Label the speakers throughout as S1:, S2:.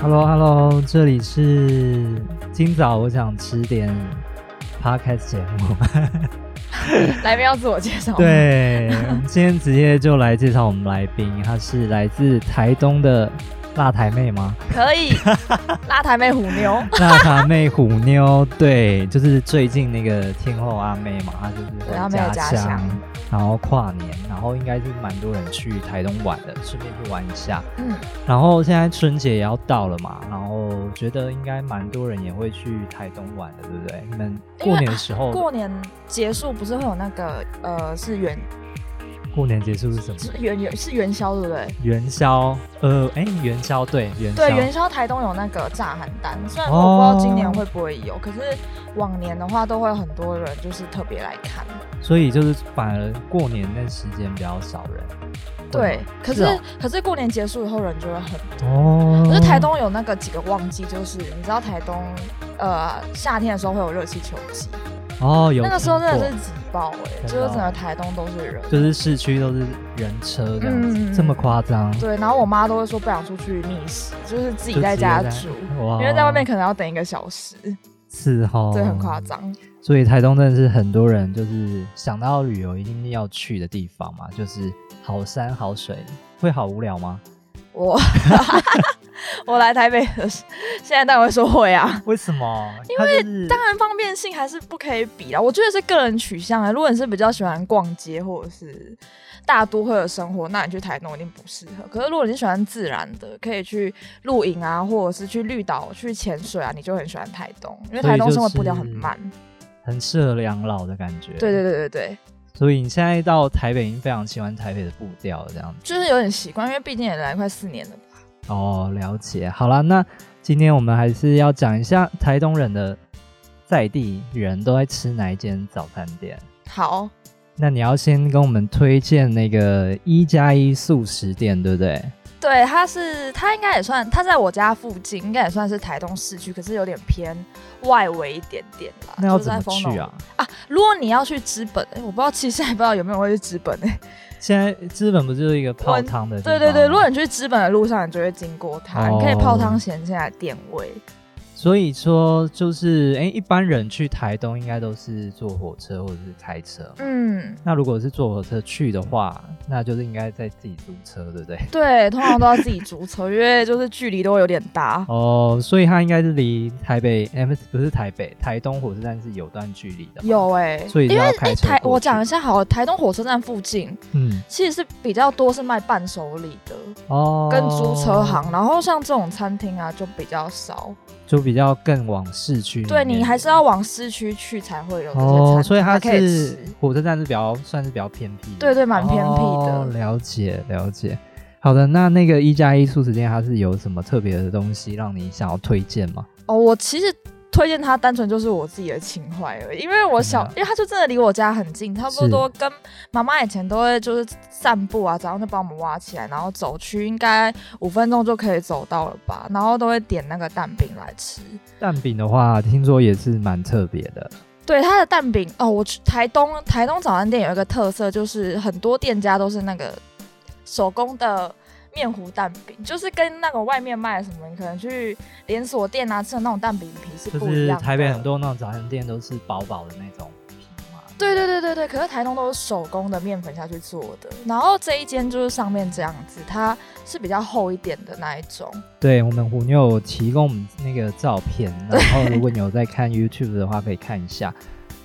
S1: Hello Hello，这里是今早我想吃点 Podcast 节目。
S2: 来宾要自我介绍。，
S1: 对，我们今天直接就来介绍我们来宾，她是来自台东的辣台妹吗？
S2: 可 以。拉台妹虎妞，
S1: 辣台妹虎妞，对，就是最近那个天后阿妹嘛，她就是
S2: 对
S1: 回
S2: 阿妹的家
S1: 乡
S2: 乡，
S1: 然后跨年，然后应该是蛮多人去台东玩的，顺便去玩一下。
S2: 嗯，
S1: 然后现在春节也要到了嘛，然后我觉得应该蛮多人也会去台东玩的，对不对？你们过年的时候，
S2: 啊过年结束不是会有那个呃，是元
S1: 过年结束是什么？
S2: 是元元是元宵对不对？
S1: 元宵，呃，哎，元宵对，元宵，
S2: 对，元宵台东有那个炸邯郸，虽然说我不知道今年会不会有，可是往年的话都会有很多人就是特别来看。
S1: 所以就是反而过年那时间比较少人。会
S2: 对
S1: 吗，
S2: 可
S1: 是
S2: 是啊嗯
S1: 哦
S2: 可是过年结束以后人就会很多。
S1: 哦，
S2: 可是台东有那个几个旺季，就是你知道台东呃夏天的时候会有热气球季，
S1: 哦，有
S2: 那个时候真的
S1: 听
S2: 是挤爆哎、
S1: 真的
S2: 就是整
S1: 哦
S2: 个台东都是人。
S1: 过就是市区都是人车这样子，
S2: 嗯
S1: 这么夸张？
S2: 对，然后我妈都会说不想出去觅食，就是自己
S1: 就
S2: 在
S1: 直接
S2: 家
S1: 在
S2: 煮，
S1: 哇
S2: 因为在
S1: 哦
S2: 外面可能要等一个小时，
S1: 是哈，
S2: 这很夸张。
S1: 所以台东真的是很多人就是想到旅游一定要去的地方嘛，就是好山好水，会好无聊吗？
S2: 我 我来台北的时，现在当然会说会啊，
S1: 为什么？因为、就是、
S2: 当然方便性还是不可以比啦。我觉得是个人取向啊，如果你是比较喜欢逛街或者是大都会的生活，那你去台东一定不适合。可是如果你喜欢自然的，可以去露营啊，或者是去绿岛去潜水啊，你就很喜欢台东，因为
S1: 所以
S2: 台东
S1: 就
S2: 生活步调
S1: 是
S2: 很慢。
S1: 很适合养老的感觉。
S2: 对对对对对。
S1: 所以你现在到台北已经非常喜欢台北的步调了，这样子。
S2: 就是有点习惯，因为毕竟也来快四年了吧。
S1: 哦，了解。好啦，那今天我们还是要讲一下台东人的在地人都在吃哪一间早餐店。
S2: 好，
S1: 那你要先跟我们推荐那个一加一素食店，对不对？
S2: 对，他是他应该也算，他在我家附近，应该也算是台东市区，可是有点偏外围一点点啦。
S1: 那要
S2: 就是
S1: 怎
S2: 在
S1: 么
S2: 丰农
S1: 去啊？
S2: 啊？如果你要去资本，哎、我不知道，其实现在不知道有没有人会去资本哎、
S1: 现在资本不就是一个泡汤的地方
S2: 对
S1: 吗？
S2: 对对，如果你去资本的路上，你就会经过它，
S1: 嗯哦
S2: 你可以泡汤闲下来点位。
S1: 所以说就是，哎、一般人去台东应该都是坐火车或者是开车嘛。
S2: 嗯，
S1: 那如果是坐火车去的话，那就是应该在自己租车，对不对？
S2: 对，通常都要自己租车， 因为就是距离都会有点大。
S1: 哦，所以它应该是离台北，哎、不是不是台北，台东火车站是有段距离的。，
S2: 有哎、
S1: 所以
S2: 因为
S1: 要开
S2: 哎、
S1: 车
S2: 台
S1: 过
S2: 我
S1: 去
S2: 讲一下好了，台东火车站附近
S1: 嗯，
S2: 其实是比较多是卖伴手礼的，
S1: 哦，
S2: 跟租车行，然后像这种餐厅啊就比较少。
S1: 就比较更往市区里面。
S2: 对你还是要往市区去才会有这些餐厅，
S1: 哦，所以它
S2: 才可以
S1: 是
S2: 吃。
S1: 火车站是比较算是比较偏僻的，
S2: 对对蛮偏僻的
S1: 哦了解了解，好的，那那个一加一素食店它是有什么特别的东西让你想要推荐吗？
S2: 哦，我其实推荐它，单纯就是我自己的情怀而已，因为我小
S1: 真，的
S2: 因为它就真的离我家很近，差不
S1: 嗯是
S2: 多跟妈妈以前都会就是散步啊，早上就把我们挖起来，然后走去，应该五分钟就可以走到了吧，然后都会点那个蛋饼来吃。
S1: 蛋饼的话，听说也是蛮特别的，
S2: 对它的蛋饼哦，我去台东台东早餐店有一个特色，就是很多店家都是那个手工的面糊蛋饼，就是跟那个外面卖的什么，你可能去连锁店啊吃的那种蛋饼皮是
S1: 就
S2: 不一
S1: 是
S2: 样的。
S1: 台北很。多那种早餐店都是薄薄的那种皮嘛。
S2: 对对对对对，可是台东都是手工的面粉下去做的，然后这一间就是上面这样子，它是比较厚一点的那一种。
S1: 对我们虎妞有提供我们那个照片，然后如果你有在看 YouTube 的话，可以看一下。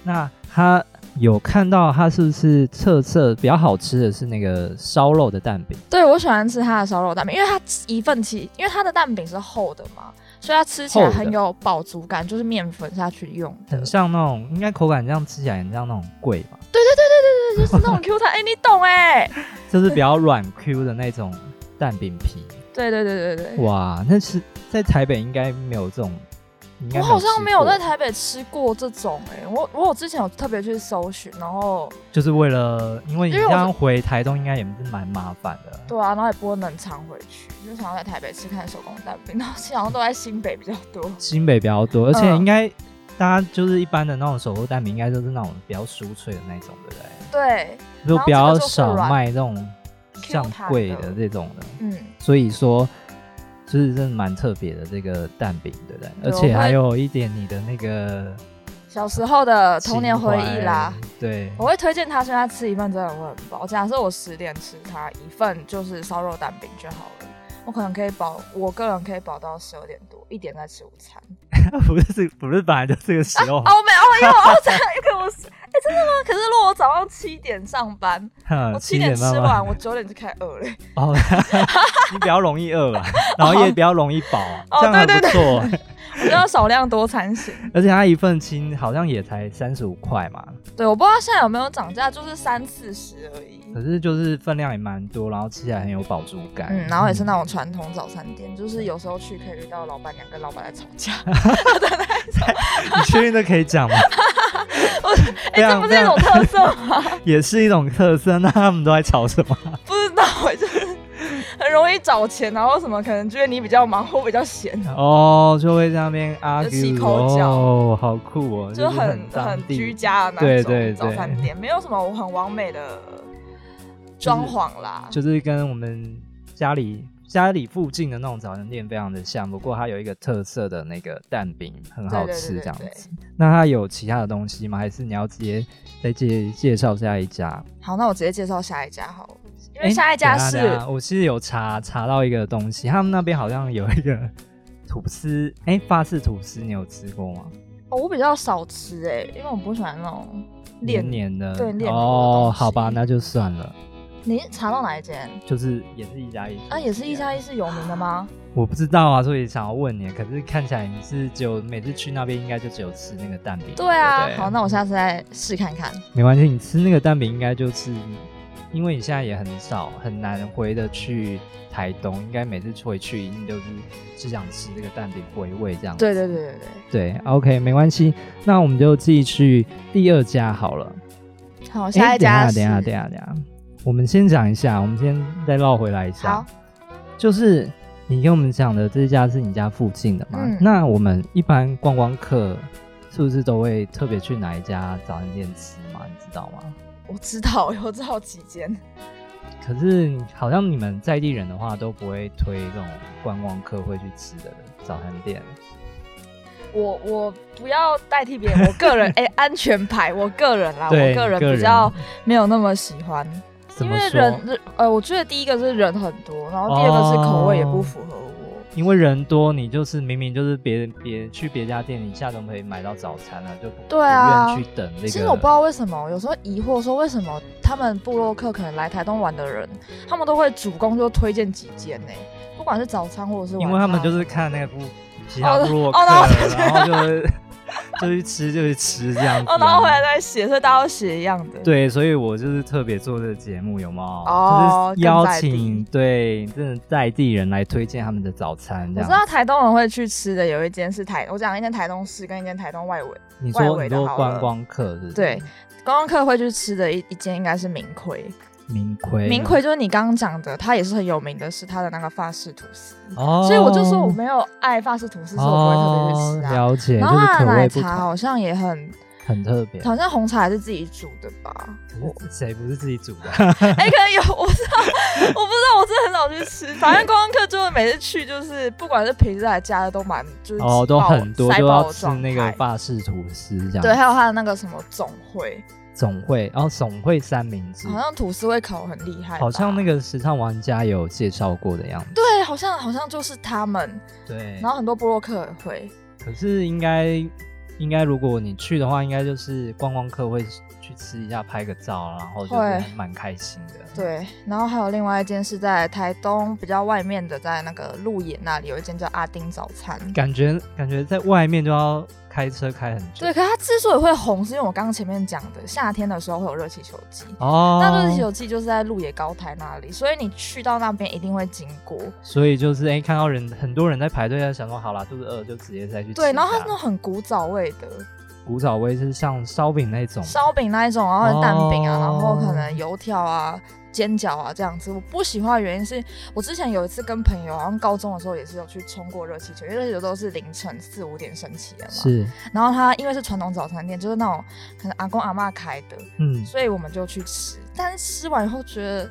S1: 那他有看到他是不是特色比较好吃的是那个烧肉的蛋饼？
S2: 对我喜欢吃它的烧肉蛋饼，因为它一份起，因为它的蛋饼是厚的嘛，所以它吃起来
S1: 厚的
S2: 很有饱足感，就是面粉下去用的
S1: 很。像那种，应该口感这样吃起来很像那种桂吧，
S2: 就是那种 Q 弹，哎、你懂哎、
S1: 就是比较软 Q 的那种蛋饼皮。
S2: 对对对对对，
S1: 哇，那是在台北应该没有这种，应该
S2: 我好像
S1: 吃
S2: 没有
S1: 过
S2: 在，台北吃过这种哎、我我有之前有特别去搜寻，然后
S1: 就是为了因为你
S2: 因为
S1: 这
S2: 我
S1: 样回台东应该也是蛮麻烦的。
S2: 对啊，然后也不会冷藏回去，就想要在台北吃看手工蛋饼， 然后其实好像都在新北比较多。
S1: 新北比较多，而且
S2: 嗯
S1: 应该、大家就是一般的那种手工蛋饼，应该都是那种比较酥脆的那种，对不对？
S2: 对，
S1: 就比较
S2: 这个就是
S1: 少
S2: 软
S1: 卖那种
S2: Q
S1: 像
S2: 弹
S1: 贵
S2: 的
S1: 的这种的，
S2: 嗯，
S1: 所以说，就是真的蛮特别的这个蛋饼，对不对？而
S2: 对
S1: 且还有一点你的那个
S2: 小时候的呃童年回忆啦。
S1: 情怀，对，
S2: 我会推荐它，现在吃一份真的会很饱。假设我十点吃它，一份就是烧肉蛋饼就好了。我可能可以饱，我个人可以饱到十二点多，一点再吃午餐。
S1: 不是不是本来就这个时候，
S2: 哦，没有，因为 我这样，因为我是，哎、真的吗？可是如果我早上七点上班，
S1: 哼
S2: 我
S1: 七
S2: 嗯七点吃
S1: 慢慢
S2: 完，我九点就开始饿了。
S1: 哦， 你比较容易饿吧，然后也比较容易饱，啊
S2: 哦
S1: 这样还不错。
S2: 我要少量多餐型。
S1: 而且它一份亲好像也才三十五块嘛，
S2: 对，我不知道现在有没有涨价，就是三四十而已。
S1: 可是就是分量也蛮多，然后吃起来很有饱足感。
S2: 嗯，然后也是那种传统早餐店，就是有时候去可以遇到老板娘跟老板在吵架。
S1: 嗯 你确定这可以讲吗？
S2: 哎、这不是一种特色吗？
S1: 也是一种特色。那他们都在吵什么？
S2: 不知道、哎，就是很容易找钱，然后什么可能觉得你比较忙或比较闲，
S1: 哦，就会在那边
S2: 就起
S1: argue，
S2: 口角
S1: 哦，好酷哦，
S2: 就是
S1: 是
S2: 很
S1: 当
S2: 很
S1: 地
S2: 居家的那
S1: 对
S2: 种
S1: 对
S2: 早餐
S1: 对，
S2: 店，没有什么很完美的装潢啦。
S1: 就是跟我们家里。家里附近的那种早餐店非常的像，不过它有一个特色的那个蛋饼很好吃，这样子。
S2: 对对对对
S1: 那它有其他的东西吗？还是你要直接再介介绍下一家？
S2: 好，那我直接介绍下一家好了，因为
S1: 诶
S2: 下一家
S1: 等
S2: 是、
S1: 等下我其实有查查到一个东西，他们那边好像有一个 吐司，哎、法式吐司，你有吃过吗？
S2: 哦我比较少吃哎、因为我不喜欢那种
S1: 黏
S2: 练。
S1: 黏的，
S2: 对炼乳的东
S1: 哦，
S2: 西
S1: 好吧，那就算了，
S2: 你查到哪一间？
S1: 就是也是一加一
S2: 啊，也是一加
S1: 一，
S2: 一是有名的吗？
S1: 我不知道啊，所以想要问你，可是看起来你是只有每次去那边应该就只有吃那个蛋饼，
S2: 对啊，
S1: 不
S2: 好，那我下次再试看看。
S1: 没关系，你吃那个蛋饼应该就是。因为你现在也很少很难回得去台东，应该每次回去一定都是只想吃这个蛋饼回味这样子。
S2: 对对对对对，
S1: 对，OK，没关系，那我们就继续第二家好了。
S2: 好，
S1: 诶
S2: 下一家是
S1: 哎等一下，等一下，等一下，等一下，我们先讲一下，我们先再绕回来一下。
S2: 好，
S1: 就是你跟我们讲的这家是你家附近的嘛？
S2: 嗯
S1: 那我们一般观光客是不是都会特别去哪一家早餐店吃嘛？你知道吗？
S2: 我知道，我知道几间。
S1: 可是好像你们在地人的话都不会推这种观光客会去吃的早餐店。
S2: 我我不要代替别人，我个人哎、安全牌，我个人啦，
S1: 对，
S2: 啊我个人
S1: 个
S2: 比较没有那么喜欢，
S1: 怎
S2: 因
S1: 么
S2: 为
S1: 说？
S2: 人人呃，我觉得第一个是人很多，然后第二个是口味也不符合我。
S1: 因为人多，你就是明明就是别人别去别家店，你一下都可以买到早餐了，就不
S2: 对啊
S1: 不愿去等那个。
S2: 其实我不知道为什么，有时候疑惑说为什么他们部落客可能来台东玩的人，他们都会主攻就推荐几间呢、不管是早餐或者是晚餐，
S1: 因为他们就是看那个部其他部落
S2: 哦
S1: 客，
S2: 哦然后
S1: 然后就就去吃就去吃这样子、啊。
S2: 哦，然后回来再写，所以大家都写一样的。，
S1: 对，所以我就是特别做这个节目，有没有？
S2: 哦
S1: 就是邀
S2: 更在地
S1: 请对真的在地人来推荐他们的早餐，这
S2: 我
S1: 样
S2: 知。道台东人会去吃的有一间是台，我讲一间台东市跟一间台东外围，
S1: 你
S2: 外
S1: 说
S2: 围
S1: 很
S2: 的
S1: 多
S2: 好
S1: 观
S2: 了
S1: 光客是不是
S2: 对，观光客会去吃的一一间应该是明奎，
S1: 明奎
S2: 明奎就是你刚刚讲的，它也是很有名的，是它的那个法式吐司。
S1: 哦，
S2: 所以我就说我没有爱法式吐司，所以我不会特别去吃
S1: 哦
S2: 啊。
S1: 了解，就
S2: 然
S1: 是
S2: 后它
S1: 口
S2: 的奶
S1: 味不
S2: 茶
S1: 同，
S2: 好像也很，
S1: 很特别。
S2: 好像红茶还是自己煮的吧？我
S1: 可是谁不是自己煮 的？
S2: 哎、可能有，我不知道，我不知道，我真的很少去 吃。反正观光客就是每次去，就是不管是平日还是假日，都蛮就是
S1: 哦，都
S2: 爆
S1: 很多，
S2: 塞
S1: 就
S2: 爆
S1: 要
S2: 的
S1: 吃
S2: 状
S1: 那个
S2: 态
S1: 法式吐司这样。
S2: 对，，还有他的那个什么总会，
S1: 总会，然后总会三明治，
S2: 好像吐司会烤很厉害吧，
S1: 好像那个时尚玩家有介绍过的样子。
S2: 对，好像好像就是他们，
S1: 对
S2: 然后很多布洛克也会，
S1: 可是应该应该，如果你去的话，应该就是观光客会去吃一下，拍个照，然后就
S2: 会
S1: 是蛮开心的。
S2: 对，然后还有另外一间是在台东比较外面的，在那个鹿野那里有一间叫阿丁早餐。
S1: 感觉感觉在外面就要开车开很久
S2: 对，。可是它之所以会红，是因为我刚刚前面讲的，夏天的时候会有热气球季，
S1: 哦，
S2: 那热气球季就是在鹿野高台那里，所以你去到那边一啊定会经过。
S1: 所以就是哎、看到人很多人在排队，在想说好啦，肚子饿就直接再去吃一下。
S2: 对，然后它是那种很古早味的
S1: 古早味是像烧饼那种吗，
S2: 烧饼那一种，然后蛋饼啊，
S1: 哦
S2: 然后可能油条啊。煎饺啊，这样子我不喜欢的原因是我之前有一次跟朋友，好像高中的时候也是有去冲过热气球，因为热气球都是凌晨四五点升起的嘛。
S1: 是，
S2: 然后它因为是传统早餐店，就是那种可能阿公阿妈开的，
S1: 嗯，
S2: 所以我们就去吃。但是吃完以后觉得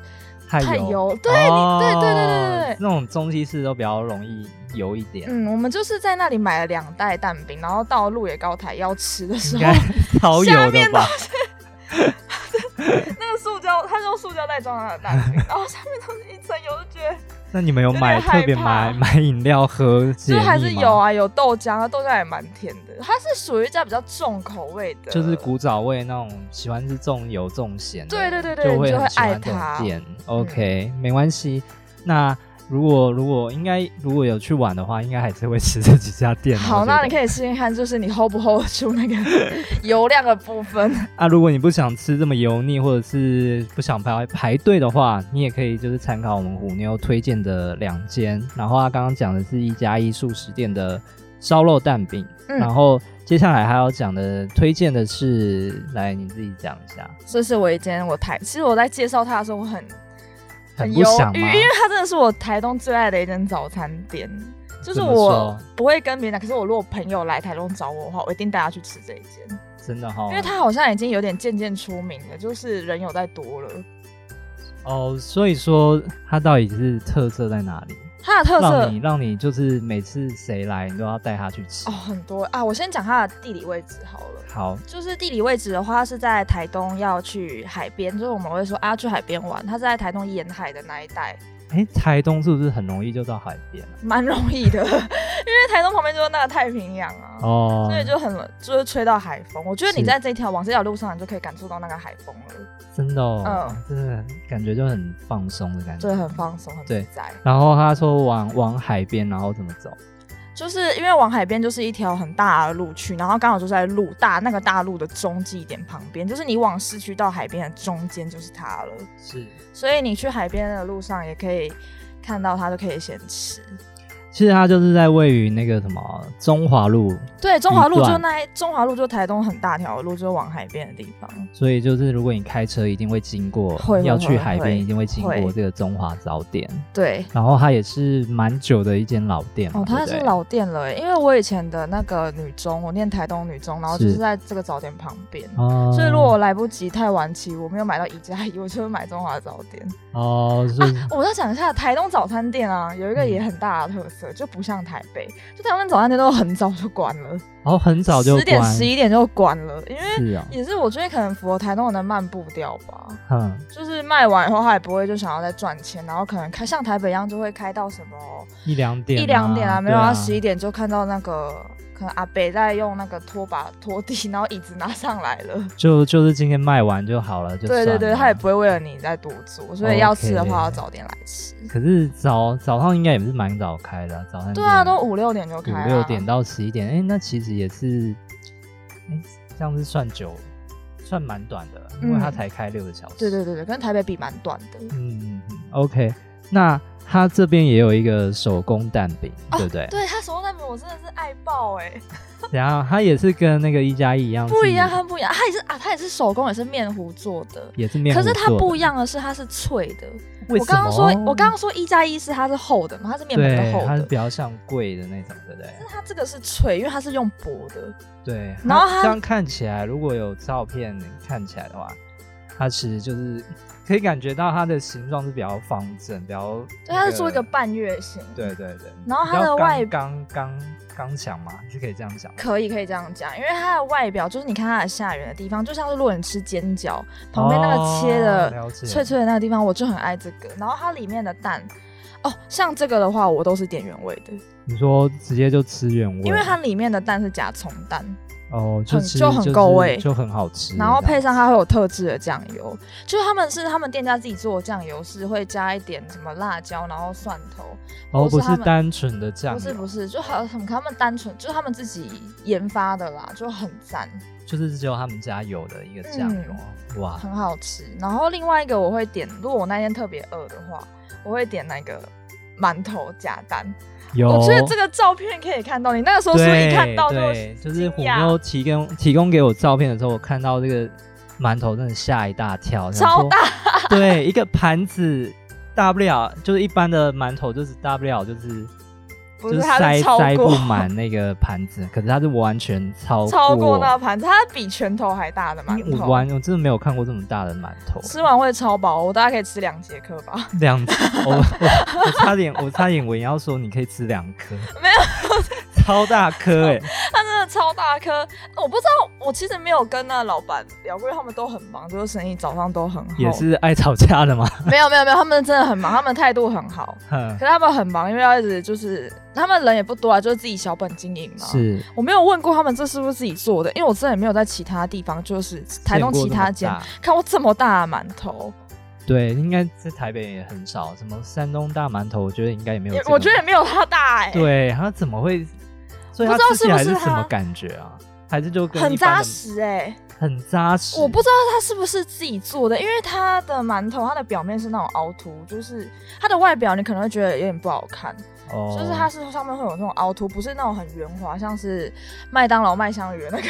S1: 太
S2: 太
S1: 油
S2: 油，对你
S1: 哦
S2: 对对对对对对
S1: 那种中西式都比较容易油一点，
S2: 嗯，我们就是在那里买了两袋蛋饼，然后到鹿野高台要吃的时
S1: 应
S2: 候，
S1: 该超油
S2: 下
S1: 的
S2: 面
S1: 吧？
S2: 那个塑胶，它是用塑胶袋装它的蛋饼，然后下面都是一层油，就觉得
S1: 那你们有
S2: 有点
S1: 买
S2: 害
S1: 特别
S2: 怕
S1: 买买饮料喝解
S2: 就
S1: 腻
S2: 是
S1: 吗？
S2: 还是有啊，有豆浆，它豆浆也蛮甜的，它是属于在比较重口味的，
S1: 就是古早味那种，喜欢吃重油重咸的
S2: 对
S1: 人，
S2: 对对对
S1: 就会
S2: 就
S1: 很
S2: 会
S1: 喜欢
S2: 爱
S1: 这种
S2: 它嗯
S1: 店。OK，、没关系。那如果如果应该如果有去玩的话，应该还是会吃这几家店。
S2: 好，那你
S1: 以
S2: 可以试试看，就是你 hold 不 hold 得住那个油量的部分。
S1: 啊，如果你不想吃这么油腻，或者是不想排排队的话，你也可以就是参考我们虎妞推荐的两间。然后他刚刚讲的是一加一素食店的烧肉蛋饼，
S2: 嗯
S1: 然后接下来还要讲的推荐的是，来你自己讲一下。
S2: 这是我一间我台，其实我在介绍它的时候，我很
S1: 很不
S2: 犹
S1: 想
S2: 豫，
S1: 吗
S2: 因？为它真的是我台东最爱的一间早餐店。就是
S1: 怎么
S2: 我
S1: 说
S2: 不会跟别人讲，可是我如果朋友来台东找我的话，我一定带他去吃这一间，
S1: 真的哦哈、
S2: 因为它好像已经有点渐渐出名了，就是人有在多了。
S1: 哦，所以说它到底是特色在哪里？
S2: 它的特色
S1: 让你让你就是每次谁来，你都要带他去吃。
S2: 哦很多啊，我先讲它的地理位置好了。
S1: 好，
S2: 就是地理位置的话，它是在台东要去海边，就是我们会说啊去海边玩，它是在台东沿海的那一带，
S1: 哎、台东是不是很容易就到海边啊了、
S2: 蛮容易的，因 为台东旁边就是那个太平洋啊。
S1: 哦，
S2: 所以就很就是吹到海风，我觉得你
S1: 是
S2: 在这条往这条路上，你就可以感受到那个海风了，
S1: 真的哦，
S2: 嗯
S1: 真的感觉就很放松的感觉
S2: 就。很放松，很
S1: 对
S2: 自在。
S1: 然后他说往往海边，然后怎么走？
S2: 就是因为往海边就是一条很大的路去，然后刚好就在路大那个大路的中继点旁边，就是你往市区到海边的中间就是它了。
S1: 是，
S2: 所以你去海边的路上也可以看到它，就可以先吃。
S1: 其实它就是在位于那个什么中华路，
S2: 对，中华路
S1: 一段
S2: 就那一中华路就台东很大条的路，就是往海边的地方。
S1: 所以就是如果你开车一定会经过，
S2: 会会
S1: 要去
S2: 会
S1: 海边
S2: 会
S1: 一定会经过
S2: 会
S1: 这个中华早点。
S2: 对，
S1: 然后它也是蛮久的一间老店嘛
S2: 哦，它
S1: 对
S2: 是
S1: 不对
S2: 老店了欸耶，因为我以前的那个女中，我念台东女中，然后就是是在这个早点旁边。
S1: 哦，
S2: 所以如果我来不及太晚起，我没有买到宜家宜，我就会买中华早点
S1: 哦，是、
S2: 啊。我要讲一下台东早餐店啊，有一个
S1: 嗯
S2: 也很大的特色，就不像台北，就台湾早餐店都很早就关了，
S1: 哦，很早就
S2: 十点
S1: 关
S2: 十一点就关了，因为
S1: 是哦，
S2: 也是我觉得可能符合台东人的慢步调吧，
S1: 嗯，
S2: 就是卖完以后他也不会就想要再赚钱，然后可能开像台北一样就会开到什么
S1: 一两点、
S2: 一两点啊，没有
S1: 到
S2: 到十一点就看到那个可能阿北在用那个拖把拖地， 然后椅子拿上来了。
S1: 就就是今天卖完就好了，就哦
S2: 对对
S1: 算
S2: 对，
S1: 了
S2: 他也不会为了你再多做，所以要吃的
S1: OK
S2: 话要早点来吃。
S1: 可是早早上应该也是蛮早开的啊、早上
S2: 对啊，都五六点就开
S1: 五
S2: 啊
S1: 六点到十一点，哎、那其实也是，哎、这样是算久，算蛮短的，因为
S2: 嗯
S1: 它才开六个小时。
S2: 对对对对，跟台北比蛮短的。
S1: 嗯，嗯，OK，那它这边也有一个手工蛋饼，
S2: 哦
S1: 对不对？
S2: 对他手工蛋饼我真的是爱爆哎、
S1: 然后它也是跟那个一加一一样，
S2: 不
S1: 哦是
S2: 一样，，它不一样，它也是啊，它也是手工，也是面糊做的。
S1: 也是面
S2: 可
S1: 糊
S2: 是
S1: 做的。
S2: 它不一样的是，它是脆的。
S1: 为什么，
S2: 我刚刚说，我刚刚说一加一是它是厚的嘛，它是面
S1: 对，
S2: 膜厚
S1: 它是
S2: 的，
S1: 比较像贵的那种，对不对？
S2: 但它这个是脆，因为它是用薄的。
S1: 对。
S2: 然后
S1: 它
S2: 它
S1: 这样看起来，如果有照片看起来的话，它其实就是可以感觉到它的形状是比较方正，比较、
S2: 对，它是做一个，半月形。
S1: 对对对。
S2: 然后它
S1: 比
S2: 的
S1: 较刚
S2: 外
S1: 刚刚刚强嘛，是可以这样讲吗。
S2: 可以可以这样讲，因为它的外表就是你看它的下缘的地方，就像是如果你吃煎饺， 旁边那个切
S1: 哦
S2: 的
S1: 了解
S2: 脆脆的那个地方，我就很爱这个。然后它里面的蛋，哦，像这个的话，我都是点原味的，
S1: 你说直接就吃原味，
S2: 因为它里面的蛋是加葱蛋，
S1: 哦，就
S2: 很
S1: 吃
S2: 就很够
S1: 是
S2: 味
S1: 就很好吃，
S2: 然后
S1: 这样
S2: 配上它会有特制的酱油，就是他们是他们店家自己做的酱油，是会加一点什么辣椒，然后蒜头，
S1: 哦，
S2: 不
S1: 不
S2: 是他
S1: 是
S2: 们
S1: 单纯的酱
S2: 不
S1: 油，
S2: 是不是，就很很他们单纯就是他们自己研发的啦，就很赞，
S1: 就是只有他们家有的一个酱油，
S2: 嗯
S1: 哦哇，
S2: 很好吃。然后另外一个我会点，如果我那天特别饿的话，我会点那个馒头夹蛋。
S1: 有，
S2: 我觉得这个照片可以看到，你那个时候是不是
S1: 对
S2: 一看到就
S1: 哦对，就是
S2: 惊
S1: 虎
S2: 讶
S1: 妞提供提供给我照片的时候，我看到这个馒头真的吓一大跳，想
S2: 超
S1: 说， 对，一个盘子大不了就是一般的馒头，就是大不了就是
S2: 不
S1: 就是是
S2: 它
S1: 塞
S2: 是超
S1: 塞不
S2: 过
S1: 满那个盘子， 可是它是完全超
S2: 超过
S1: 过
S2: 那个盘子，它比拳头还大的馒
S1: 我
S2: 头。
S1: 完我真的没有看过这么大的馒头，
S2: 吃完会超饱，我大概可以吃两节课吧。
S1: 两我我我差点我差点我要说你可以吃两颗，
S2: 没
S1: 有 超大颗哎、
S2: 它真的超大颗，我不知道，我其实没有跟那老板聊过，因为他们都很忙，就是生意早上都很好。
S1: 也是爱吵架 的嘛，
S2: 没有没有没有，他们真的很忙，他们态度很好，
S1: 哼
S2: 可是他们很忙，因为要一直就是他们人也不多啊，就是自己小本经营嘛。
S1: 是
S2: 我没有问过他们这是不是自己做的，因为我真的没有在其他地方，就是台东
S1: 见过
S2: 其
S1: 这么
S2: 他间
S1: 大
S2: 看过这么大的馒头，
S1: 对，应该在台北也很少，什么山东大馒头，我觉得应该也没有
S2: 也
S1: 这个。
S2: 我觉得也没有它大哎、
S1: 对，它怎么会？所以
S2: 不
S1: 它
S2: 知道
S1: 吃
S2: 是
S1: 起
S2: 不
S1: 来
S2: 是
S1: 什么
S2: 它
S1: 感觉啊？还是就跟
S2: 很
S1: 一般
S2: 扎
S1: 的
S2: 实哎、
S1: 很扎实。
S2: 我不知道它是不是自己做的，因为它的馒头它的表面是那种凹凸，就是它的外表你可能会觉得有点不好看，
S1: 哦，
S2: 就是它是上面会有那种凹凸，不是那种很圆滑，像是麦当劳麦香鱼那个。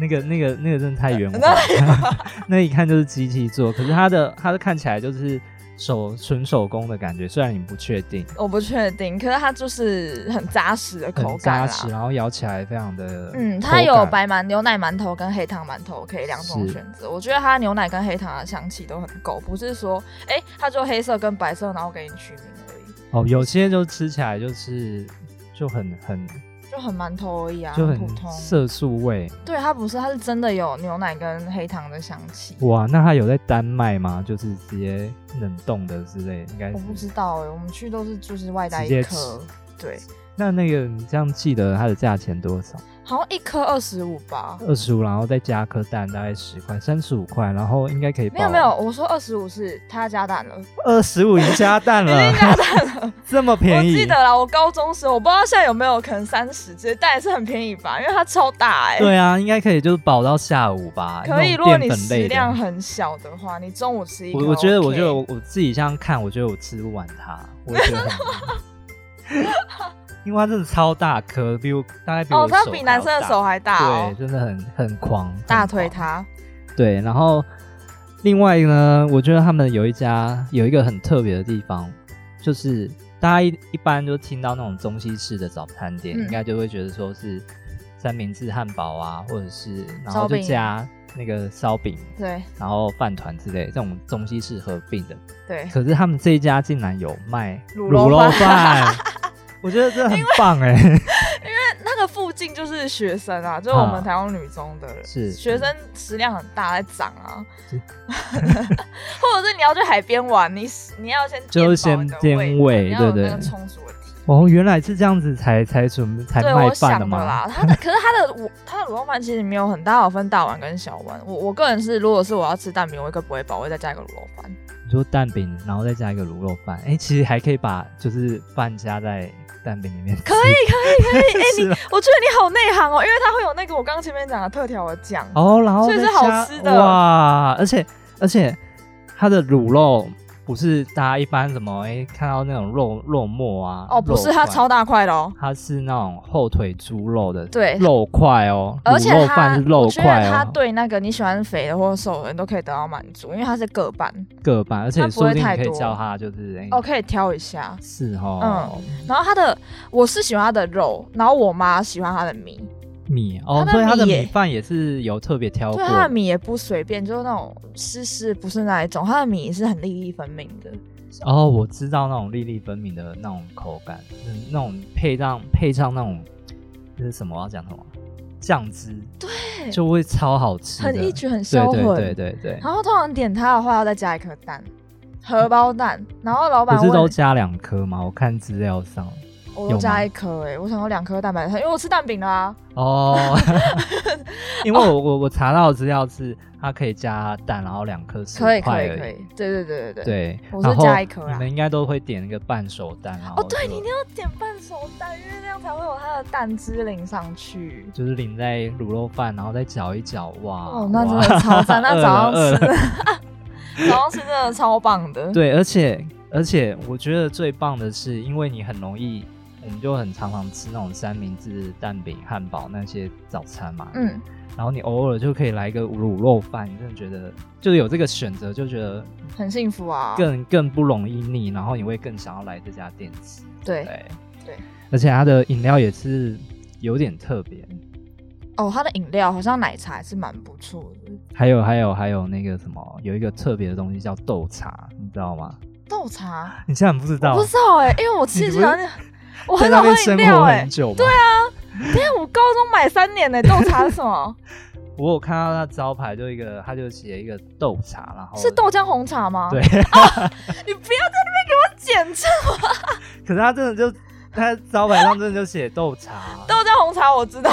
S1: 那个那个那个真的太圆滑
S2: 那
S1: 了， 那一看就是机器做，可是它的它的看起来就是手纯手工的感觉，虽然你不确定，
S2: 我不确定，可是它就是很扎实的口
S1: 很
S2: 感
S1: 扎
S2: 啦
S1: 实，。然后咬起来非常的
S2: 嗯，它
S1: 口
S2: 有
S1: 感
S2: 白馒、牛奶馒头跟黑糖馒头，可以两种
S1: 是
S2: 选择。我觉得它牛奶跟黑糖的香气都很够，不是说哎、它就黑色跟白色，然后给你取名而已，
S1: 哦，有些就吃起来就是就很很
S2: 就很馒头而已啊，
S1: 就
S2: 普
S1: 很
S2: 通。
S1: 色素味。
S2: 对，它不是，它是真的有牛奶跟黑糖的香气。
S1: 哇，那它有在丹麦吗？就是直接冷冻的之类，应该
S2: 我不
S1: 是
S2: 知道哎、我们去都是就是外带
S1: 直接
S2: 一颗，对，
S1: 那那个你这样记得它的价钱多少？
S2: 好像一颗二十五吧。
S1: 二十五，然后再加颗蛋，大概十块，三十五块，然后应该可以。
S2: 没有没有，，我说二十五是它加蛋了，
S1: 二十五已经加蛋
S2: 已 经
S1: 了，
S2: 加蛋了。
S1: 这么便宜。
S2: 我记得啦，我高中时候我不知道现在有没有可能三十之类，但也是很便宜吧，因为它超大哎、
S1: 对啊，应该可以，就是饱到下午吧。
S2: 可
S1: 那
S2: 以，
S1: 种
S2: 如果
S1: 淀
S2: 你
S1: 粉
S2: 食
S1: 类
S2: 量
S1: 的。
S2: 很小的话，你中午吃一颗、哦
S1: 我我觉得，我觉得我我自己这样看，我觉得我吃不完它，我觉得很腻。 因为它真的超大颗，比我大概比我
S2: 哦，它
S1: 手
S2: 比
S1: 还
S2: 男
S1: 要
S2: 生的
S1: 大
S2: 手还大哦
S1: 对，，真的很很狂，很
S2: 大推
S1: 狂。
S2: 它。
S1: 对，然后另外呢，我觉得他们有一家有一个很特别的地方，就是大家一一般就听到那种中西式的早餐店，
S2: 嗯
S1: 应该就会觉得说是三明治汉堡啊，或者是然
S2: 烧
S1: 后就
S2: 饼
S1: 加那个烧饼，
S2: 对
S1: 然后饭团之类这种中西式合并的。
S2: 对，
S1: 可是他们这一家竟然有卖
S2: 卤
S1: 卤
S2: 肉
S1: 肉 饭，我觉得这很棒哎、
S2: 那个附近就是学生啊，就是我们
S1: 啊
S2: 台湾女中的人，
S1: 是
S2: 学生食量很大，在长啊
S1: 是。
S2: 或者是你要去海边玩，你你要先
S1: 就
S2: 饱
S1: 是先
S2: 你的
S1: 垫
S2: 胃
S1: 胃
S2: 你要有
S1: 对
S2: 那个
S1: 对
S2: 充足的体
S1: 哦，原来是这样子才才准备才
S2: 对，
S1: 卖
S2: 我
S1: 饭
S2: 想
S1: 的
S2: 的
S1: 吗？
S2: 啦，它的可是它的我它的卤肉饭其实没有很大，有分大碗跟小碗。我我个人是，如果是我要吃蛋饼，我一个不会饱，我会再加一个卤肉饭。
S1: 你说蛋饼，然后再加一个卤肉饭，哎、其实还可以把就是饭加在蛋饼里面吃，
S2: 可以可以 可以，哎、
S1: 是啊吧
S2: 我觉得你好内行哦，因为它会有那个我刚刚前面讲的特调的酱。
S1: 哦，然后
S2: 所以
S1: 再
S2: 是好
S1: 加
S2: 吃的
S1: 哇！而且而且它的卤肉不是大家一般什么哎、诶看到那种肉肉末啊，
S2: 哦，不是，它
S1: 它
S2: 超大块的哦。
S1: 它是那种后腿猪肉的，
S2: 对
S1: 肉块哦，
S2: 而且
S1: 卤肉
S2: 它
S1: 饭是，
S2: 我
S1: 肉
S2: 觉得
S1: 块
S2: 它
S1: 哦，
S2: 对那个你喜欢肥的或瘦的人都可以得到满足，因为它是各半，
S1: 各半，而且
S2: 它不会
S1: 说不定
S2: 太
S1: 你可以
S2: 多
S1: 叫它就是哎、诶
S2: 哦，嗯可以挑一下。
S1: 是哦，
S2: 然后它的我是喜欢它的肉，然后我妈喜欢它的米，
S1: 米哦，
S2: 它的
S1: 所以它的
S2: 米也
S1: 米饭也是有特别挑过
S2: 对，
S1: 的，
S2: 它的米也不随便，就是那种湿湿，不是那一种，它的米是很粒粒分明的。
S1: 哦，我知道那种粒粒分明的那种口感，嗯那种配上配上那种那是什么？我要讲什么？酱汁，对，就会超好吃的，
S2: 很一举很销
S1: 对
S2: 魂
S1: 对对对对，
S2: 然后通常点它的话，要再加一颗蛋，荷包蛋。然后老板
S1: 不是
S2: 问，
S1: 都加两颗吗？我看资料 上，
S2: 我
S1: 有
S2: 都
S1: 吗
S2: 加一颗哎、欸，我想要两颗蛋白汤，因为我吃蛋饼啦、啊
S1: 哦，因为我我我查到的资料是它可以加蛋，然后两颗十
S2: 可以可
S1: 块
S2: 以
S1: 而已
S2: 可以，对对对对对。
S1: 对，
S2: 我是
S1: 然后
S2: 加一颗啦
S1: 你们应该都会点那个半熟蛋，然后
S2: 哦，对，
S1: 就
S2: 你一定要点半熟蛋，因为那样才会有它的蛋汁淋上去。
S1: 就是淋在卤肉饭，然后再搅一搅，哇，
S2: 哦，那真
S1: 啊哇
S2: 的超赞！那
S1: 饿了
S2: 早上
S1: 饿了
S2: 吃， 早上吃真的超棒的。
S1: 对，而且而且我觉得最棒的是，因为你很容易，我们就很常常吃那种三明治、蛋饼、汉堡那些早餐嘛，
S2: 嗯，
S1: 然后你偶尔就可以来一个卤肉饭，你真的觉得就是有这个选择，就觉得
S2: 很幸福啊。
S1: 更更不容易腻，然后你会更想要来这家店吃。
S2: 对，
S1: 对，
S2: 对，
S1: 而且它的饮料也是有点特别，
S2: 哦，它的饮料好像奶茶还是蛮不错的，
S1: 还有还有还有那个什么，有一个特别的东西叫豆茶，你知道吗？
S2: 豆茶，
S1: 你竟然不知道？
S2: 我不知道哎、因为我其
S1: 哦你不
S2: 实
S1: 是
S2: 好像我
S1: 在
S2: 很
S1: 那
S2: 少喝
S1: 边
S2: 饮
S1: 生
S2: 料
S1: 活
S2: 哎、
S1: 很久吗？对啊，
S2: 等一下我高中买三年呢、欸豆茶是 什么？
S1: 我有看到它招牌，就一个，它就写一个豆茶，然后
S2: 是豆浆红茶吗？
S1: 哦
S2: 啊
S1: 对，
S2: 你不要在那边给我检测。
S1: 可是它真的就它招牌上真的就写豆 茶，
S2: 豆浆红茶 我知道，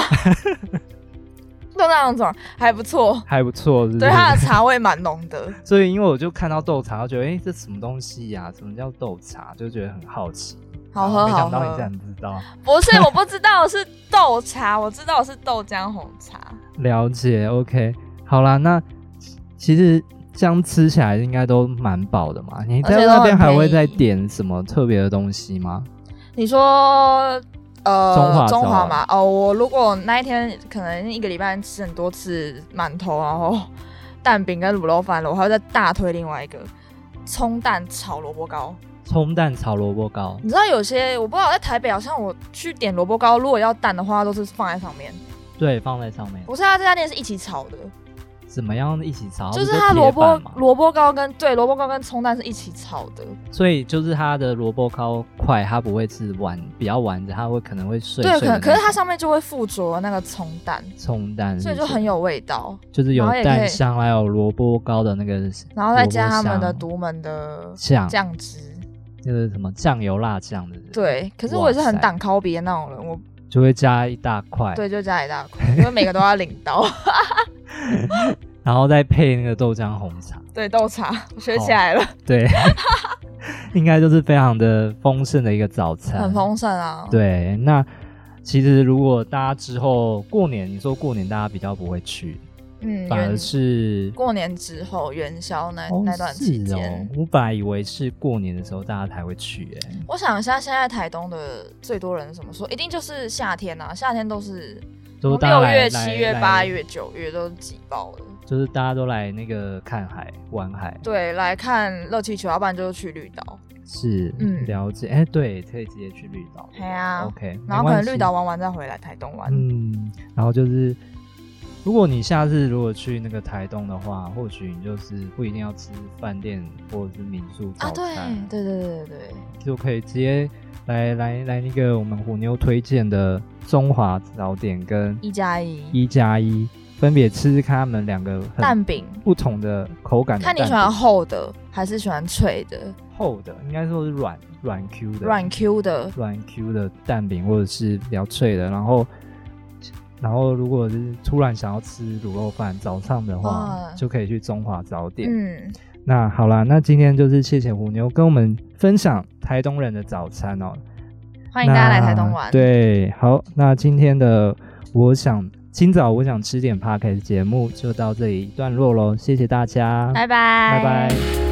S2: 豆浆红茶还不错，
S1: 还不错，是不
S2: 对
S1: 是
S2: 它的茶味蛮浓的。
S1: 所以因为我就看到豆茶，我觉得哎、诶这什么东西呀、什么叫豆茶？就觉得很好奇。
S2: 好
S1: 然后
S2: 喝
S1: 哦没
S2: 好
S1: 想到你
S2: 喝
S1: 竟，然不知道。
S2: 不是我不知道是豆茶，我知道是豆浆红茶。
S1: 了解，OK，好啦，那其实这样吃起来应该都蛮饱的嘛。你
S2: 而
S1: 在
S2: 且都
S1: 那边
S2: 很
S1: 还会
S2: 便宜
S1: 再点什么特别的东西吗？
S2: 你说呃
S1: 中华
S2: 中华
S1: 粥
S2: 嘛？哦，我如果那一天可能一个礼拜吃很多次馒头，啊哦然后蛋饼跟卤肉饭了，我还会再大推另外一个葱蛋炒萝卜糕。
S1: 葱蛋炒萝卜糕，
S2: 你知道有些我不知道在台北，好像我去点萝卜糕，如果要蛋的话，都是放在上面。
S1: 对，放在上面，
S2: 我是他这家店是一起炒的，
S1: 怎么样一起炒？
S2: 就是
S1: 不
S2: 它
S1: 哦铁
S2: 萝卜
S1: 板吗
S2: 萝卜糕跟对萝卜糕跟葱蛋是一起炒的。
S1: 所以就是它的萝卜糕块，它不会是完比较完整，它会可能会碎
S2: 对，
S1: 碎的那种。
S2: 可可是它上面就会附着那个葱蛋，
S1: 葱蛋是不嗯
S2: 所
S1: 是，
S2: 以就很有味道。
S1: 就是有
S2: 然后也可以
S1: 蛋香，还有萝卜糕的那个，
S2: 然后再加他们的
S1: 萝卜
S2: 独门的
S1: 香酱，
S2: 酱汁。
S1: 就是什么酱油辣酱的，，
S2: 对，可是我也是
S1: 哇
S2: 很
S1: 塞哎
S2: 挡靠别那种人，我
S1: 就会加一大块，
S2: 对就加一大块，因为每个都要领 刀。
S1: 然后再配那个豆浆红茶，
S2: 对，豆茶我学
S1: 好
S2: 起来了，
S1: 对，应该就是非常的丰盛的一个早餐，
S2: 很丰盛啊。
S1: 对，那其实如果大家之后过年，你说过年大家比较不会去，
S2: 嗯，
S1: 反而
S2: 元
S1: 是
S2: 过年之后元宵那
S1: 哦
S2: 那段期
S1: 是
S2: 间
S1: 哦，，我本来以为是过年的时候大家才会去、欸，
S2: 我想一下，现在台东的最多人是怎么说？一定就是夏天啊，夏天都是
S1: 就是大家
S2: 哦六
S1: 来
S2: 月、七月、八，
S1: 来来
S2: 月、九月都是挤爆的。
S1: 就是大家都来那个看海、玩海，
S2: 对，来看热气球，要不然就是去绿岛，
S1: 是，
S2: 嗯
S1: 了解，哎、对，可以直接去绿岛，
S2: 嘿啊
S1: o k
S2: 然后可能绿岛玩完再回来台东玩。
S1: 嗯，然后就是，如果你下次如果去那个台东的话，或许你就是不一定要吃饭店或者是民宿
S2: 啊，
S1: 早
S2: 对
S1: 餐，
S2: 对对对对对，
S1: 就可以直接来来来那个我们虎妞推荐的中华早点跟
S2: 一加一
S1: 一加一，分别吃吃看他们两个很
S2: 蛋饼，
S1: 不同的口感的
S2: 看
S1: 蛋饼，
S2: 你喜欢厚的还是喜欢脆的，
S1: 厚的，应该说是软软 Q 的
S2: 软 Q 的。
S1: 软 Q 的蛋饼，或者是比较脆的。然后，然后如果是突然想要吃卤肉饭，早上的话、
S2: 啊
S1: 就可以去中华早点。
S2: 嗯，
S1: 那好啦，那今天就是谢谢虎妞跟我们分享台东人的早餐哦，
S2: 欢迎大家来台
S1: 那
S2: 东玩。
S1: 对，好，那今天的我想今早我想吃点 p a r k 节目就到这里一段落喽，谢谢大家，
S2: 拜拜，
S1: 啊拜拜